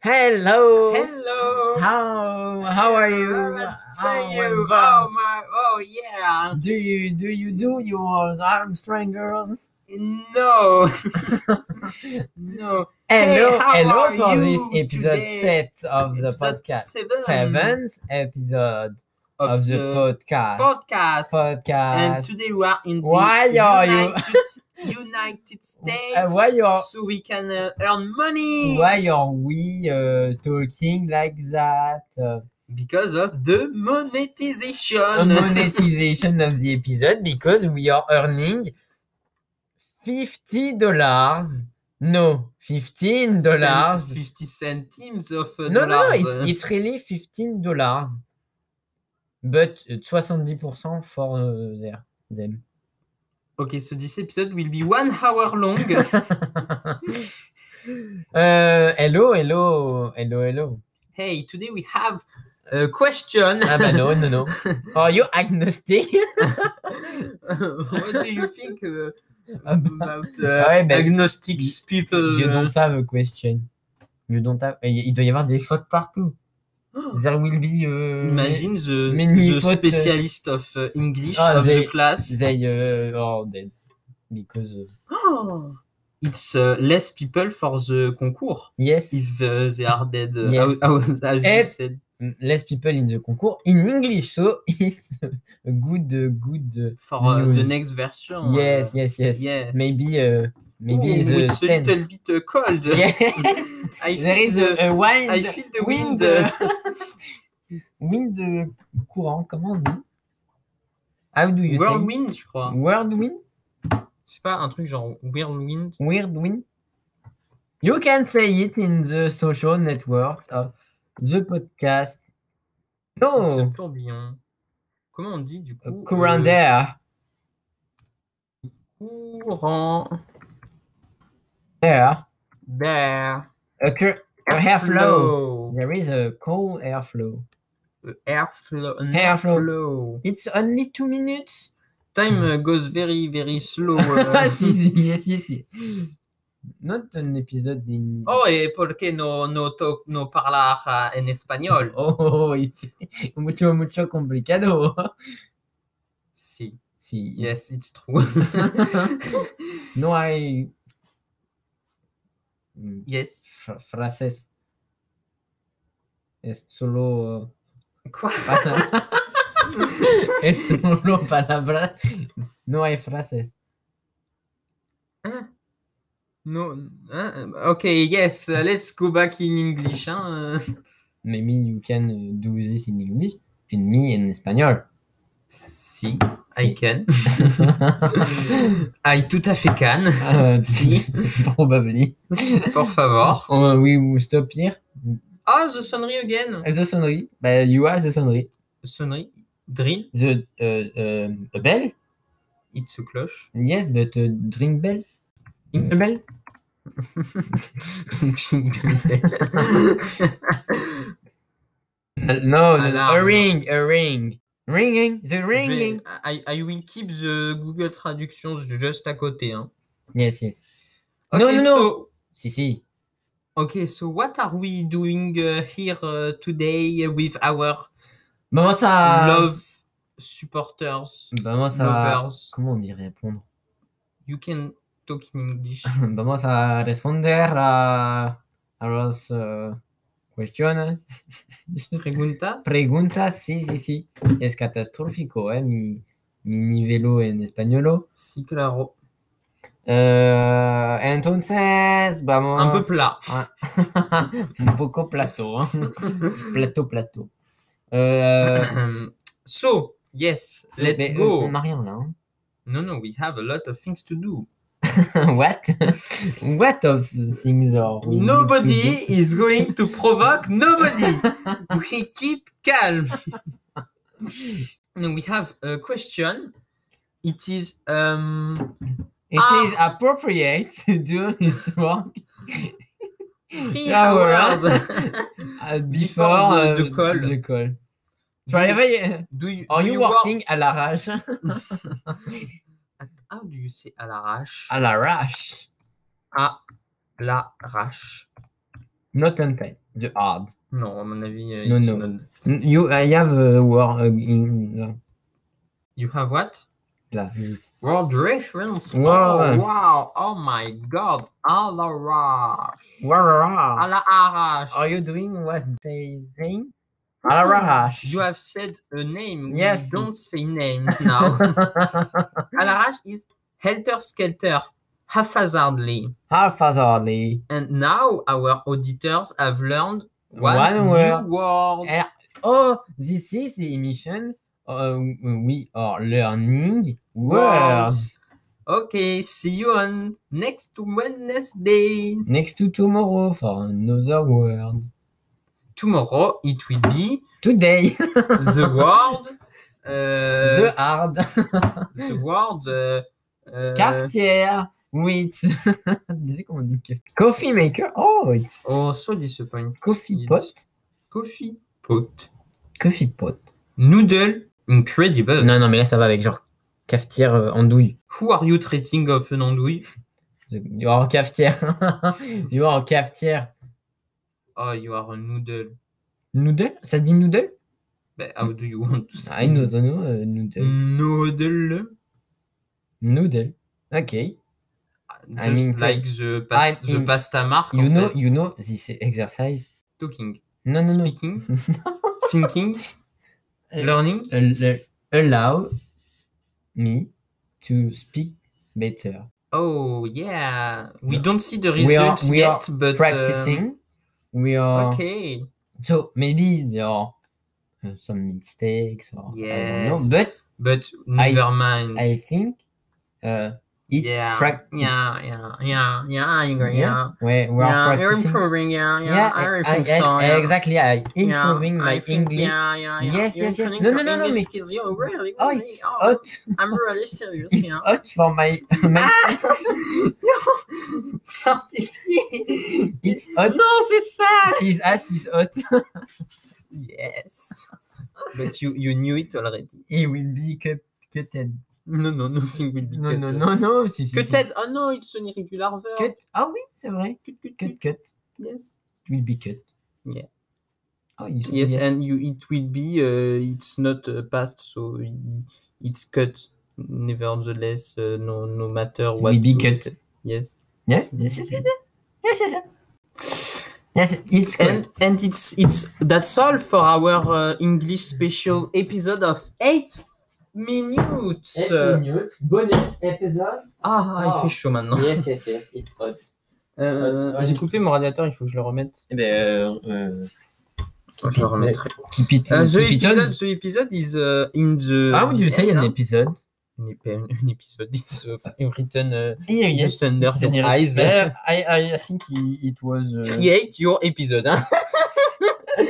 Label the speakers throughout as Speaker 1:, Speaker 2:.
Speaker 1: Hello.
Speaker 2: Hello.
Speaker 1: How how are you?
Speaker 2: Let's
Speaker 1: How
Speaker 2: play you.
Speaker 1: and
Speaker 2: Oh
Speaker 1: va?
Speaker 2: my. Oh yeah.
Speaker 1: Do you do you do your arm strength girls?
Speaker 2: No. no.
Speaker 1: Hello,
Speaker 2: how
Speaker 1: hello
Speaker 2: are
Speaker 1: for this
Speaker 2: you
Speaker 1: episode
Speaker 2: today?
Speaker 1: set of the
Speaker 2: Episode
Speaker 1: podcast.
Speaker 2: seven
Speaker 1: Seventh episode
Speaker 2: of,
Speaker 1: of the
Speaker 2: the,
Speaker 1: podcast.
Speaker 2: podcast. And
Speaker 1: Podcast.
Speaker 2: today we are in
Speaker 1: Why
Speaker 2: the
Speaker 1: are you-
Speaker 2: United, United States,
Speaker 1: Uh, why you are
Speaker 2: so we can uh, earn money
Speaker 1: why are we uh, talking like that? Uh,
Speaker 2: because of the monetization.
Speaker 1: monetization of the episode because we are earning fifty dollars. No, fifteen dollars.
Speaker 2: Cent- Fifty centimes of uh,
Speaker 1: No, no, no,
Speaker 2: dollars.
Speaker 1: it's, it's really fifteen dollars, but uh, 70% for uh, their, them.
Speaker 2: Okay, so this episode will be one hour long.
Speaker 1: Uh, hello, hello, hello, hello.
Speaker 2: hey, today we have a question.
Speaker 1: Ah bah non, non, non. Are you agnostic?
Speaker 2: what do you think uh,
Speaker 1: Ah bah,
Speaker 2: about uh,
Speaker 1: ouais, bah,
Speaker 2: agnostics people?
Speaker 1: You
Speaker 2: uh,
Speaker 1: don't have a question. You don't have. Il il doit y avoir des fautes partout. There will be. uh,
Speaker 2: Oh. Imagine the,
Speaker 1: many
Speaker 2: the
Speaker 1: fautes, uh,
Speaker 2: specialist of uh, English
Speaker 1: Ah,
Speaker 2: of
Speaker 1: they-
Speaker 2: the class.
Speaker 1: They uh, are dead because uh,
Speaker 2: Oh, it's uh, less people for the concours
Speaker 1: yes,
Speaker 2: if uh, they are dead. uh,
Speaker 1: Yes. Eh,
Speaker 2: how- how- as you
Speaker 1: If-
Speaker 2: said.
Speaker 1: mm, less people in the concours in English, so it's a good, uh, good.
Speaker 2: For uh, the
Speaker 1: News.
Speaker 2: next version.
Speaker 1: uh,
Speaker 2: uh,
Speaker 1: yes, yes, yes,
Speaker 2: yes.
Speaker 1: Maybe, uh, maybe
Speaker 2: Ooh,
Speaker 1: the
Speaker 2: it's a
Speaker 1: ten.
Speaker 2: little bit uh, cold.
Speaker 1: Yes,
Speaker 2: I
Speaker 1: there
Speaker 2: feel
Speaker 1: is
Speaker 2: the-
Speaker 1: a, a wind,
Speaker 2: I feel the
Speaker 1: wind,
Speaker 2: wind.
Speaker 1: uh, wind uh, courant. Comment on dit? How do you say?
Speaker 2: Whirlwind, je crois.
Speaker 1: World wind.
Speaker 2: C'est pas un truc genre whirlwind.
Speaker 1: weird win. You can say it in the social network of the podcast.
Speaker 2: C'est
Speaker 1: No,
Speaker 2: ce tourbillon. Comment on dit du
Speaker 1: a
Speaker 2: coup
Speaker 1: current
Speaker 2: euh,
Speaker 1: air.
Speaker 2: Courant
Speaker 1: Air.
Speaker 2: d'air.
Speaker 1: A cur- air flow. There is a cold air flow.
Speaker 2: Euh, Airflow. non,
Speaker 1: Airflow.
Speaker 2: flow.
Speaker 1: It's only two minutes.
Speaker 2: Time uh, goes very, very slow.
Speaker 1: Ah,
Speaker 2: uh.
Speaker 1: Hmm. si, si, yes, yes, yes. Not an episode in.
Speaker 2: Oh, et porque no, no, to, no parlar uh, en espagnol?
Speaker 1: Oh, it's mucho, mucho complicado.
Speaker 2: Si.
Speaker 1: Si.
Speaker 2: Yes, it's true.
Speaker 1: No hay. Mm,
Speaker 2: yes.
Speaker 1: fra- Frases. Es solo. uh,
Speaker 2: Quoi
Speaker 1: Pasa- es solo palabras. No hay frases.
Speaker 2: No. hein, okay, yes, uh, let's go back in English. Hein. euh.
Speaker 1: Maybe you can uh, do this in English and me in espagnol.
Speaker 2: Si,
Speaker 1: Si.
Speaker 2: I can. I tout à fait can.
Speaker 1: Ah,
Speaker 2: si,
Speaker 1: Probably.
Speaker 2: por favor.
Speaker 1: Oh, we will stop here.
Speaker 2: Ah, the sonnerie again.
Speaker 1: The sonnery. Bah, you have the sonnery.
Speaker 2: Sonnerie. Drill.
Speaker 1: The uh, um, a bell?
Speaker 2: It's a cloche.
Speaker 1: Yes, but uh, drink bell? Drink bell? Uh, no, no, no, a
Speaker 2: Alarm.
Speaker 1: ring, a ring. Ringing, the
Speaker 2: Je vais-
Speaker 1: ringing.
Speaker 2: I, I will keep the Google Traductions juste à côté. Hein.
Speaker 1: Yes, yes.
Speaker 2: Okay,
Speaker 1: No, no, no.
Speaker 2: So,
Speaker 1: Si, si.
Speaker 2: okay, so what are we doing uh, here uh, today with our
Speaker 1: Vamos a.
Speaker 2: love supporters,
Speaker 1: Vamos a.
Speaker 2: lovers?
Speaker 1: Comment on dit répondre
Speaker 2: You can talk in English.
Speaker 1: Vamos a responder a, a los uh, cuestiones.
Speaker 2: Pregunta?
Speaker 1: Preguntas, sí, sí, sí. Es catastrófico, eh, mi, mi nivelo en españolo.
Speaker 2: Si, claro.
Speaker 1: Euh, entonces, vamos.
Speaker 2: Un peu plat.
Speaker 1: Un poco plato, hein. plato, plato. Euh,
Speaker 2: so, yes, let's
Speaker 1: mais, euh,
Speaker 2: go.
Speaker 1: On n'a rien là. hein.
Speaker 2: No, no, we have a lot of things to do.
Speaker 1: What? What of things are we need to do?
Speaker 2: Nobody is going to provoke nobody. we keep calm. no, we have a question. It is um
Speaker 1: It
Speaker 2: Ah.
Speaker 1: is appropriate to do his work
Speaker 2: three
Speaker 1: Yeah, we're
Speaker 2: hours.
Speaker 1: uh, before,
Speaker 2: Before the-
Speaker 1: uh,
Speaker 2: the call.
Speaker 1: the call.
Speaker 2: Do you-
Speaker 1: Travailler-
Speaker 2: do you,
Speaker 1: Are
Speaker 2: do
Speaker 1: you
Speaker 2: work-
Speaker 1: working à l'arrache
Speaker 2: How do you say à l'arrache?
Speaker 1: À l'arrache.
Speaker 2: À l'arrache.
Speaker 1: Not mankind. The hard.
Speaker 2: Non, à mon avis, euh,
Speaker 1: Non,
Speaker 2: it's
Speaker 1: non.
Speaker 2: not-
Speaker 1: You, I have a war uh, in là,
Speaker 2: You have what?
Speaker 1: là, this.
Speaker 2: World reference.
Speaker 1: Wow.
Speaker 2: Oh, wow. Oh my god. À l'arrache.
Speaker 1: War, war, war.
Speaker 2: À la arrache.
Speaker 1: Ah. Are you doing what they saying? Arash.
Speaker 2: Ah. You have said a name.
Speaker 1: Yes.
Speaker 2: We don't say names now. à l'arrache is helter skelter, haphazardly.
Speaker 1: Haphazardly.
Speaker 2: And now our auditors have learned one,
Speaker 1: One
Speaker 2: new
Speaker 1: word.
Speaker 2: word.
Speaker 1: Eh. Oh, this is the emission. Uh, we are learning words.
Speaker 2: Words. Okay, see you on next Wednesday.
Speaker 1: Next to tomorrow for another word.
Speaker 2: Tomorrow it will be
Speaker 1: Today,
Speaker 2: the word. euh,
Speaker 1: the hard
Speaker 2: the word euh, euh,
Speaker 1: cafetière with. Tu sais comment on dit cafetière? Coffee maker. Oh, it's
Speaker 2: oh so disappointing
Speaker 1: coffee
Speaker 2: It's-
Speaker 1: pot.
Speaker 2: coffee pot
Speaker 1: Coffee pot.
Speaker 2: noodle incredible
Speaker 1: Euh, Non, non, mais là ça va avec genre cafetière euh, andouille.
Speaker 2: who are you treating of an andouille
Speaker 1: You are en cafetière. you are en cafetière.
Speaker 2: oh you are a noodle
Speaker 1: Noodle Ça se dit noodle
Speaker 2: But how do you want to say
Speaker 1: Mm. I don't know. euh, noodle.
Speaker 2: noodle
Speaker 1: Noodle. Ok.
Speaker 2: just
Speaker 1: mean,
Speaker 2: like the, pas-
Speaker 1: I'm
Speaker 2: the
Speaker 1: in-
Speaker 2: pasta mark
Speaker 1: You
Speaker 2: en
Speaker 1: know,
Speaker 2: fait.
Speaker 1: you know this exercise
Speaker 2: talking
Speaker 1: Non, non, non.
Speaker 2: speaking thinking
Speaker 1: Euh,
Speaker 2: learning
Speaker 1: Al- al- Allow me to speak better.
Speaker 2: oh yeah we
Speaker 1: No.
Speaker 2: don't see the
Speaker 1: We are-
Speaker 2: results
Speaker 1: we are
Speaker 2: yet but uh,
Speaker 1: Practicing. Uh, We are.
Speaker 2: okay
Speaker 1: So maybe there are uh, some mistakes or I don't know.
Speaker 2: Yes.
Speaker 1: But
Speaker 2: but never mind
Speaker 1: I think uh, it
Speaker 2: yeah,
Speaker 1: prac-
Speaker 2: yeah, yeah, yeah, yeah, I agree,
Speaker 1: yes,
Speaker 2: yeah.
Speaker 1: we, we
Speaker 2: yeah,
Speaker 1: are
Speaker 2: you're
Speaker 1: practicing.
Speaker 2: improving, yeah, yeah,
Speaker 1: Yeah,
Speaker 2: I,
Speaker 1: I-
Speaker 2: think
Speaker 1: I-
Speaker 2: so,
Speaker 1: I-
Speaker 2: yeah.
Speaker 1: exactly. I
Speaker 2: Yeah,
Speaker 1: improving my
Speaker 2: I think,
Speaker 1: English.
Speaker 2: Yeah, yeah, yeah.
Speaker 1: Yes,
Speaker 2: You're
Speaker 1: yes, yes.
Speaker 2: improving
Speaker 1: No, no,
Speaker 2: your
Speaker 1: no, no,
Speaker 2: English
Speaker 1: mais-
Speaker 2: skills, you're really,
Speaker 1: Oh,
Speaker 2: really-
Speaker 1: it's
Speaker 2: oh,
Speaker 1: hot.
Speaker 2: I'm really serious,
Speaker 1: It's
Speaker 2: yeah.
Speaker 1: hot for my. my
Speaker 2: Ah Sortez.
Speaker 1: it's hot.
Speaker 2: Non, c'est ça.
Speaker 1: His ass is hot.
Speaker 2: Yes. But you, you knew it already.
Speaker 1: He will be cut, cutted.
Speaker 2: No, no, nothing will be
Speaker 1: Non,
Speaker 2: cut.
Speaker 1: non, non, non. Si, si, si.
Speaker 2: Peut-être. Oh no, it's an irregular verb.
Speaker 1: Cut. Ah oui, c'est vrai.
Speaker 2: Cut, cut, cut.
Speaker 1: Cut, cut.
Speaker 2: Yes.
Speaker 1: Will be cut.
Speaker 2: Yeah.
Speaker 1: Oh, you said
Speaker 2: Yes, and you, it will be. Uh, it's not uh, past, so i- it's cut. Nevertheless, uh, no, no matter what.
Speaker 1: will be
Speaker 2: you
Speaker 1: cut.
Speaker 2: say. Yes.
Speaker 1: Yes, yes, yes, yes, yes, yes, yes. Yes, it's
Speaker 2: And
Speaker 1: cut.
Speaker 2: and it's it's that's all for our uh, English special episode of eight minutes. Uh,
Speaker 1: Bonus épisode.
Speaker 2: ah, il
Speaker 1: Ah.
Speaker 2: fait chaud maintenant.
Speaker 1: Yes, yes, yes, it's hot.
Speaker 2: Euh,
Speaker 1: Ah,
Speaker 2: J'ai
Speaker 1: j'ai-
Speaker 2: coupé mon radiateur, il faut que je le remette.
Speaker 1: Eh ben, euh,
Speaker 2: Je le remettrai.
Speaker 1: keep it,
Speaker 2: Uh, the
Speaker 1: keep it on.
Speaker 2: episode, the episode is uh, in the.
Speaker 1: How do you say an episode?
Speaker 2: An epi- an episode. It's uh, written uh,
Speaker 1: Yeah,
Speaker 2: just under
Speaker 1: It's
Speaker 2: your
Speaker 1: an-
Speaker 2: eyes.
Speaker 1: Uh, I, I, I think it, it was. uh,
Speaker 2: Create your episode. Hein.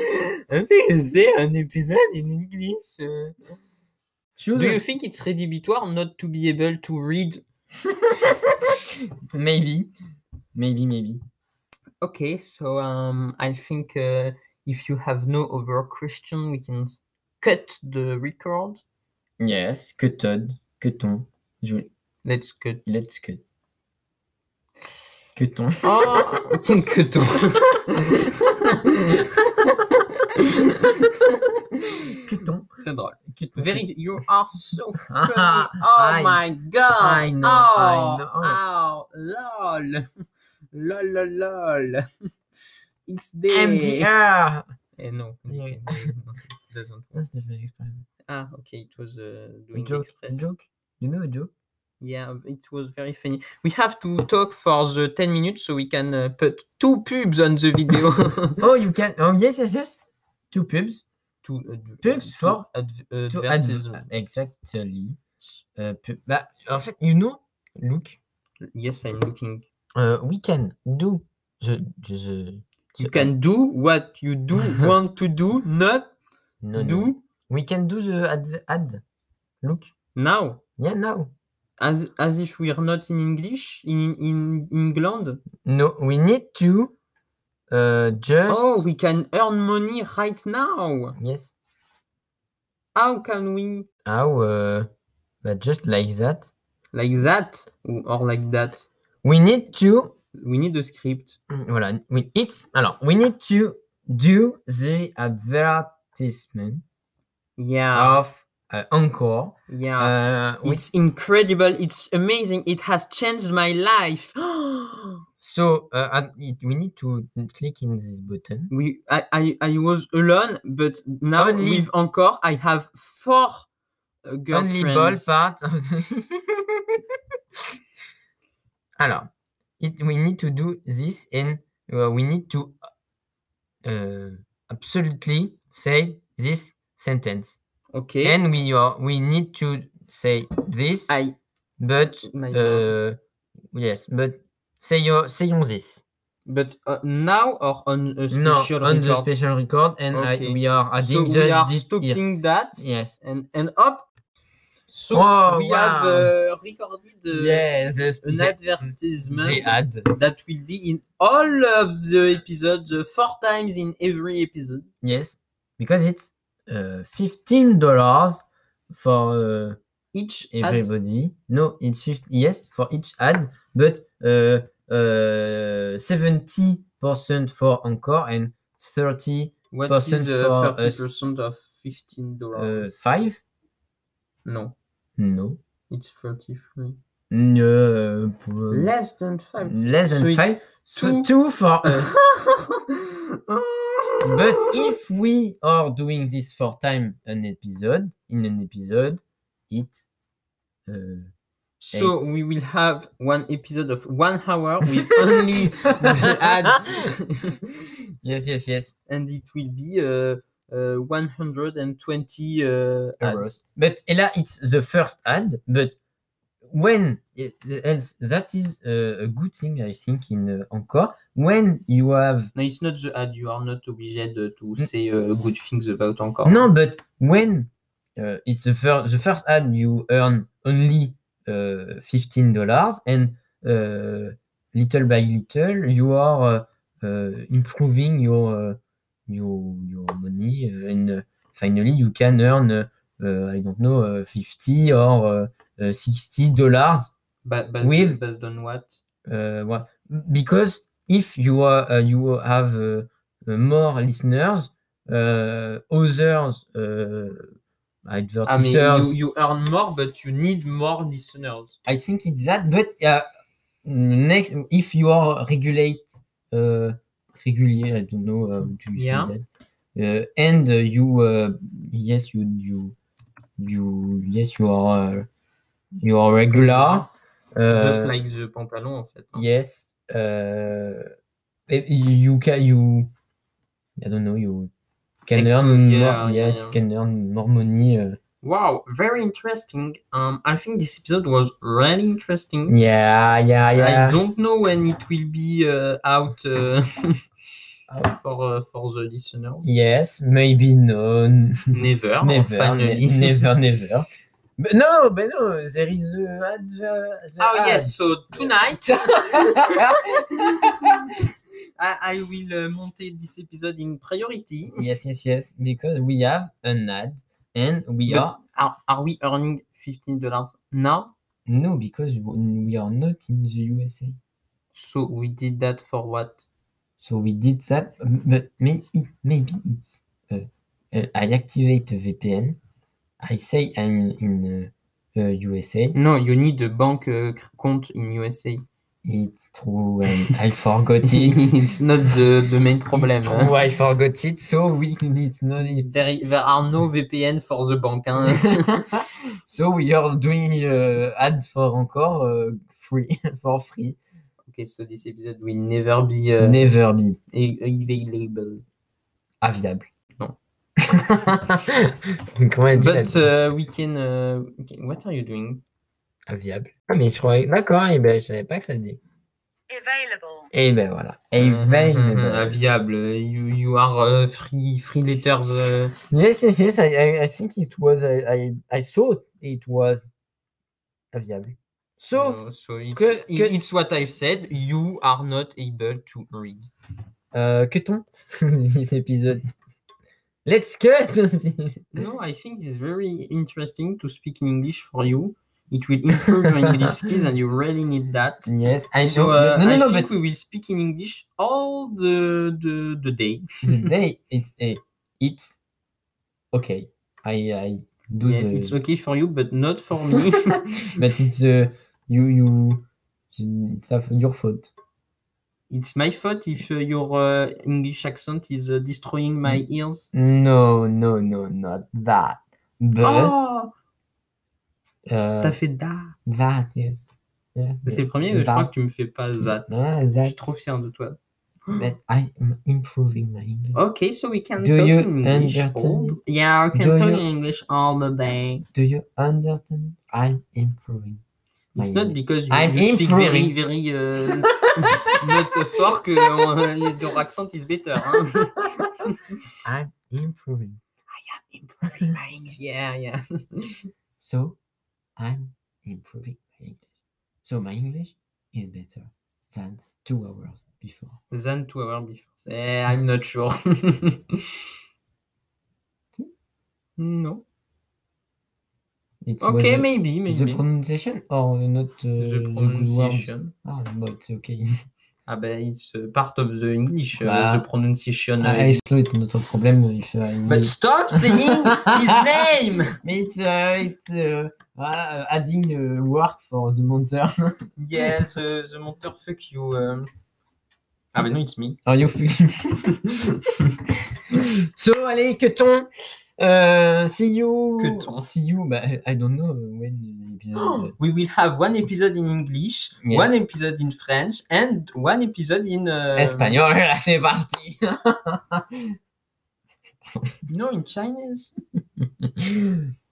Speaker 2: C'est un épisode in English. euh.
Speaker 1: choose
Speaker 2: Do you think it's rédhibitoire not to be able to read
Speaker 1: Maybe. Maybe, maybe.
Speaker 2: Okay, so um, I think uh, if you have no other question, we can s- cut the record.
Speaker 1: Yes, que Todd, que ton. Je...
Speaker 2: Let's cut.
Speaker 1: Let's cut. Que ton.
Speaker 2: Oh, cut.
Speaker 1: Que ton.
Speaker 2: Très drôle.
Speaker 1: Que ton.
Speaker 2: Very, you are so funny.
Speaker 1: Ah,
Speaker 2: Oh
Speaker 1: I-
Speaker 2: my god.
Speaker 1: I know, I
Speaker 2: Oh,
Speaker 1: know.
Speaker 2: Oh, lol. Lol, lol, lol. XD.
Speaker 1: MDR.
Speaker 2: Eh, no.
Speaker 1: Yeah.
Speaker 2: It doesn't.
Speaker 1: That's the very experiment.
Speaker 2: Ah, okay, it was uh, doing
Speaker 1: Joke,
Speaker 2: express.
Speaker 1: joke. You know a joke?
Speaker 2: Yeah, it was very funny. We have to talk for the 10 minutes so we can uh, put two pubs on the video.
Speaker 1: Oh, you can. Oh, yes, yes, yes. Two pubs.
Speaker 2: two ad-
Speaker 1: Pubs
Speaker 2: two
Speaker 1: for-
Speaker 2: adv-
Speaker 1: Two
Speaker 2: advertisement.
Speaker 1: ads. Exactly. Euh, pub. Bah, en fait, you know, look,
Speaker 2: Yes, I'm looking.
Speaker 1: uh, we can do the. the, the
Speaker 2: You
Speaker 1: the-
Speaker 2: can do what you do want to do, not
Speaker 1: no, no.
Speaker 2: do
Speaker 1: We can do the ad, ad. Look.
Speaker 2: now.
Speaker 1: Yeah, now.
Speaker 2: As, as if we're not in English, in, in England.
Speaker 1: No, we need to uh, just.
Speaker 2: Oh, we can earn money right now.
Speaker 1: Yes.
Speaker 2: How can we?
Speaker 1: How? Uh, but just like that.
Speaker 2: Like that or like that?
Speaker 1: We need to
Speaker 2: We need a script.
Speaker 1: Mm, Voilà. We, it's, alors, we need to do the advertisement
Speaker 2: Yeah.
Speaker 1: of uh, Encore.
Speaker 2: yeah.
Speaker 1: Uh, we-
Speaker 2: Ah, It's incredible. It's amazing. It has changed my life.
Speaker 1: so uh, ad- it, we need to click in this button.
Speaker 2: we, I, I, I was alone, but now
Speaker 1: Only-
Speaker 2: with encore, I have four uh, girlfriends.
Speaker 1: Only ball part of the- Alors, it, we need to do this and uh, we need to uh, absolutely say this sentence.
Speaker 2: Okay.
Speaker 1: And we are, we need to say this,
Speaker 2: I
Speaker 1: but
Speaker 2: my God.
Speaker 1: uh, yes, but say your sayons this.
Speaker 2: but uh, now or on a special
Speaker 1: No, on the
Speaker 2: record?
Speaker 1: special record, and I-
Speaker 2: Okay.
Speaker 1: we are
Speaker 2: so
Speaker 1: adding
Speaker 2: we
Speaker 1: just
Speaker 2: are
Speaker 1: this here.
Speaker 2: stopping that
Speaker 1: Yes.
Speaker 2: and and up. So
Speaker 1: Oh,
Speaker 2: we have
Speaker 1: wow.
Speaker 2: uh, recorded uh,
Speaker 1: yes. The,
Speaker 2: an
Speaker 1: the-
Speaker 2: advertisement.
Speaker 1: the ad.
Speaker 2: that will be in all of the episodes, uh, four times in every episode.
Speaker 1: Yes, because it's uh, fifteen dollars for uh,
Speaker 2: Each ad.
Speaker 1: everybody. No, it's 50, yes for each ad, but uh, uh, seventy percent for encore and thirty
Speaker 2: What
Speaker 1: percent
Speaker 2: is uh,
Speaker 1: for
Speaker 2: thirty percent of fifteen
Speaker 1: uh,
Speaker 2: dollars?
Speaker 1: five.
Speaker 2: no,
Speaker 1: No,
Speaker 2: it's thirty-three.
Speaker 1: no, uh, p-
Speaker 2: Less than five.
Speaker 1: less
Speaker 2: so
Speaker 1: than
Speaker 2: it's
Speaker 1: five. So
Speaker 2: two-
Speaker 1: two for us. But
Speaker 2: but
Speaker 1: if we are doing this for time an episode in an episode, it. Uh,
Speaker 2: so
Speaker 1: eight.
Speaker 2: we will have one episode of one hour with only the ad,
Speaker 1: yes, yes, yes.
Speaker 2: and it will be uh, uh, one hundred and twenty uh, ads.
Speaker 1: Euros. But Ella, it's the first ad, but when it- and that is uh, a good thing, I think, in uh, encore. When you have
Speaker 2: No, it's not the ad. You are not obliged uh, to say uh, good things about encore.
Speaker 1: no, but when uh, it's the first the first ad, you earn only uh, fifteen dollars, and uh, little by little, you are uh, uh, improving your uh, your your money, uh, and uh, finally, you can earn uh, uh, I don't know uh, fifty or uh, uh, sixty dollars
Speaker 2: But based,
Speaker 1: With-
Speaker 2: based on what?
Speaker 1: uh, well, because if you are uh, you have uh, uh, more listeners, uh, others uh, advertisers,
Speaker 2: I mean, you, you earn more, but you need more listeners.
Speaker 1: I think it's that. But uh, next, if you are regulate uh, regular, I don't know how to
Speaker 2: Yeah.
Speaker 1: say that, uh, and uh, you uh, yes you you you yes you are uh, you are regular.
Speaker 2: Just
Speaker 1: uh,
Speaker 2: like the pantalon, en fait. hein.
Speaker 1: Yes. Uh, if you can you. I don't know. You can
Speaker 2: Expo-
Speaker 1: earn
Speaker 2: yeah,
Speaker 1: more.
Speaker 2: yeah,
Speaker 1: yes,
Speaker 2: yeah.
Speaker 1: you can earn more money. uh,
Speaker 2: Wow, very interesting. Um, I think this episode was really interesting.
Speaker 1: yeah, yeah, yeah.
Speaker 2: Mm. I don't know when it will be uh, out uh,
Speaker 1: Out.
Speaker 2: for uh, for the listeners.
Speaker 1: Yes, maybe no, n-
Speaker 2: Never,
Speaker 1: never,
Speaker 2: finally.
Speaker 1: ne- never, never. But no, but no, there is the adver. the
Speaker 2: Oh
Speaker 1: ad.
Speaker 2: yes, so tonight I, I will uh, monte this episode in priority.
Speaker 1: yes, yes, yes. Because we have an ad, and we
Speaker 2: But
Speaker 1: are
Speaker 2: are, are we earning fifteen dollars now?
Speaker 1: no because we are not in the USA.
Speaker 2: So we did that for what?
Speaker 1: So we did that, but may- it- maybe it's. Uh, uh, I activate a VPN. I say I'm in uh, uh, USA.
Speaker 2: No, you need a bank uh, c- account in USA.
Speaker 1: It's true, and I forgot it.
Speaker 2: it's not the, the main problem.
Speaker 1: It's
Speaker 2: huh?
Speaker 1: true, I forgot it. So we need no need.
Speaker 2: There, i- there are no VPN for the bank. hein.
Speaker 1: So we are doing uh, ad for encore uh, free for free.
Speaker 2: okay, so this episode will never be uh,
Speaker 1: Never be
Speaker 2: a- available.
Speaker 1: aviable.
Speaker 2: Non.
Speaker 1: Comment elle dit la-
Speaker 2: But uh, we can. uh, we can- what are you doing?
Speaker 1: Aviable. Ah, mais je croyais. D'accord, et ben je savais pas que ça le dit.
Speaker 3: Available.
Speaker 1: Et ben voilà.
Speaker 2: Mhm, mhm,
Speaker 1: Available.
Speaker 2: Aviable. You, you are uh, free, free letters. uh,
Speaker 1: Yes, yes, yes. I, I, I think it was. I, I, I thought it was aviable. So,
Speaker 2: Uh, so it's,
Speaker 1: que-
Speaker 2: i-
Speaker 1: que-
Speaker 2: it's what I've said. You are not able to read. Mm.
Speaker 1: euh, que ton cet épisode Let's cut
Speaker 2: No, I think it's very interesting to speak in English for you. It will improve your English skills, and you really need that.
Speaker 1: Yes, I
Speaker 2: so
Speaker 1: know.
Speaker 2: uh,
Speaker 1: no, no,
Speaker 2: I
Speaker 1: no,
Speaker 2: think
Speaker 1: but
Speaker 2: we will speak in English all the the, the day.
Speaker 1: today it's a, it's okay. I I do
Speaker 2: Yes,
Speaker 1: the,
Speaker 2: it's okay for you, but not for me.
Speaker 1: but it's uh, you you it's not your fault.
Speaker 2: it's my fault if uh, your uh, English accent is uh, destroying my
Speaker 1: Mm.
Speaker 2: ears.
Speaker 1: No, no, no, not that. But
Speaker 2: Oh,
Speaker 1: uh,
Speaker 2: t'as fait da.
Speaker 1: that yes. yes
Speaker 2: C'est le premier, je
Speaker 1: that.
Speaker 2: crois que tu me fais pas zat.
Speaker 1: Ah,
Speaker 2: Je
Speaker 1: that.
Speaker 2: suis trop fier de toi.
Speaker 1: But I'm improving my English.
Speaker 2: Okay, so we can
Speaker 1: Do
Speaker 2: talk
Speaker 1: you
Speaker 2: in English.
Speaker 1: understand?
Speaker 2: all- Yeah, we
Speaker 1: Do
Speaker 2: can talk
Speaker 1: you-
Speaker 2: in English all the day.
Speaker 1: Do you understand? I'm improving.
Speaker 2: It's
Speaker 1: My
Speaker 2: not
Speaker 1: English.
Speaker 2: because you,
Speaker 1: I'm
Speaker 2: you speak very,
Speaker 1: improving.
Speaker 2: very uh, not fort que uh, your accent is better. Hein.
Speaker 1: I'm improving.
Speaker 2: Improving my English. Yeah, yeah.
Speaker 1: So I'm improving my English. So my English is better than two hours before.
Speaker 2: Than two hours before. Eh, I'm not sure. no.
Speaker 1: It's
Speaker 2: Okay,
Speaker 1: whether
Speaker 2: maybe,
Speaker 1: the
Speaker 2: maybe.
Speaker 1: pronunciation or not uh,
Speaker 2: The
Speaker 1: good words.
Speaker 2: pronunciation.
Speaker 1: Ah, but okay.
Speaker 2: Ah ben, it's uh, part of the English, uh,
Speaker 1: Bah,
Speaker 2: the pronunciation. uh,
Speaker 1: I slow it's not a problem if I
Speaker 2: But stop singing his name!
Speaker 1: Mais it's, uh, it's uh, voilà, uh, adding uh, work for the monster.
Speaker 2: Yes, uh, the monteur fuck you. um. Ah ben non, it's me.
Speaker 1: Are you so, allez, que ton euh, See you
Speaker 2: Que ton. Oh,
Speaker 1: See you, bah, I don't know when the episode.
Speaker 2: We will have one episode in English,
Speaker 1: Yes.
Speaker 2: one episode in French, and one episode in... uh,
Speaker 1: Espagnol, là, c'est parti
Speaker 2: No, in Chinese.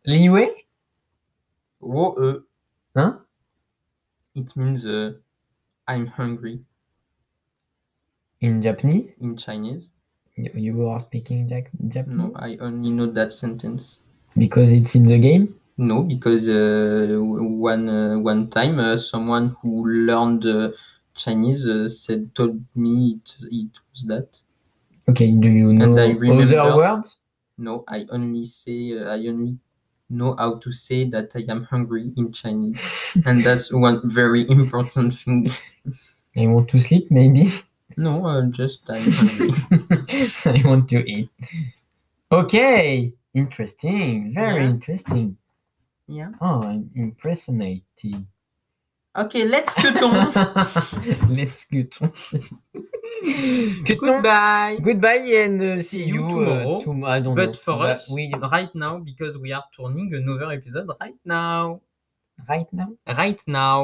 Speaker 1: Liwei
Speaker 2: Oh, euh,
Speaker 1: Hein
Speaker 2: it means uh, I'm hungry
Speaker 1: In Japanese
Speaker 2: in Chinese.
Speaker 1: You- You are speaking Jack- Japanese
Speaker 2: No, I only know that sentence.
Speaker 1: Because it's in the game
Speaker 2: No, because uh, w- one uh, one time uh, someone who learned uh, Chinese uh, said told me it, it was that.
Speaker 1: Okay, do you know
Speaker 2: I remember.
Speaker 1: other words
Speaker 2: No, I only say uh, I only know how to say that I am hungry in Chinese, and that's one very important thing.
Speaker 1: I want to sleep, maybe
Speaker 2: No, uh, just I'm hungry.
Speaker 1: I want to eat. Okay, interesting, very
Speaker 2: Yeah.
Speaker 1: interesting.
Speaker 2: yeah.
Speaker 1: Oh, I'm impersonating.
Speaker 2: Okay, let's get on.
Speaker 1: Let's get on. Get on.
Speaker 2: Goodbye.
Speaker 1: Goodbye and uh,
Speaker 2: See
Speaker 1: see you
Speaker 2: you
Speaker 1: Uh,
Speaker 2: tomorrow.
Speaker 1: tom- I don't know.
Speaker 2: But for
Speaker 1: Bah,
Speaker 2: us,
Speaker 1: we,
Speaker 2: right now, because we are turning another episode right now.
Speaker 1: right now.
Speaker 2: Right now.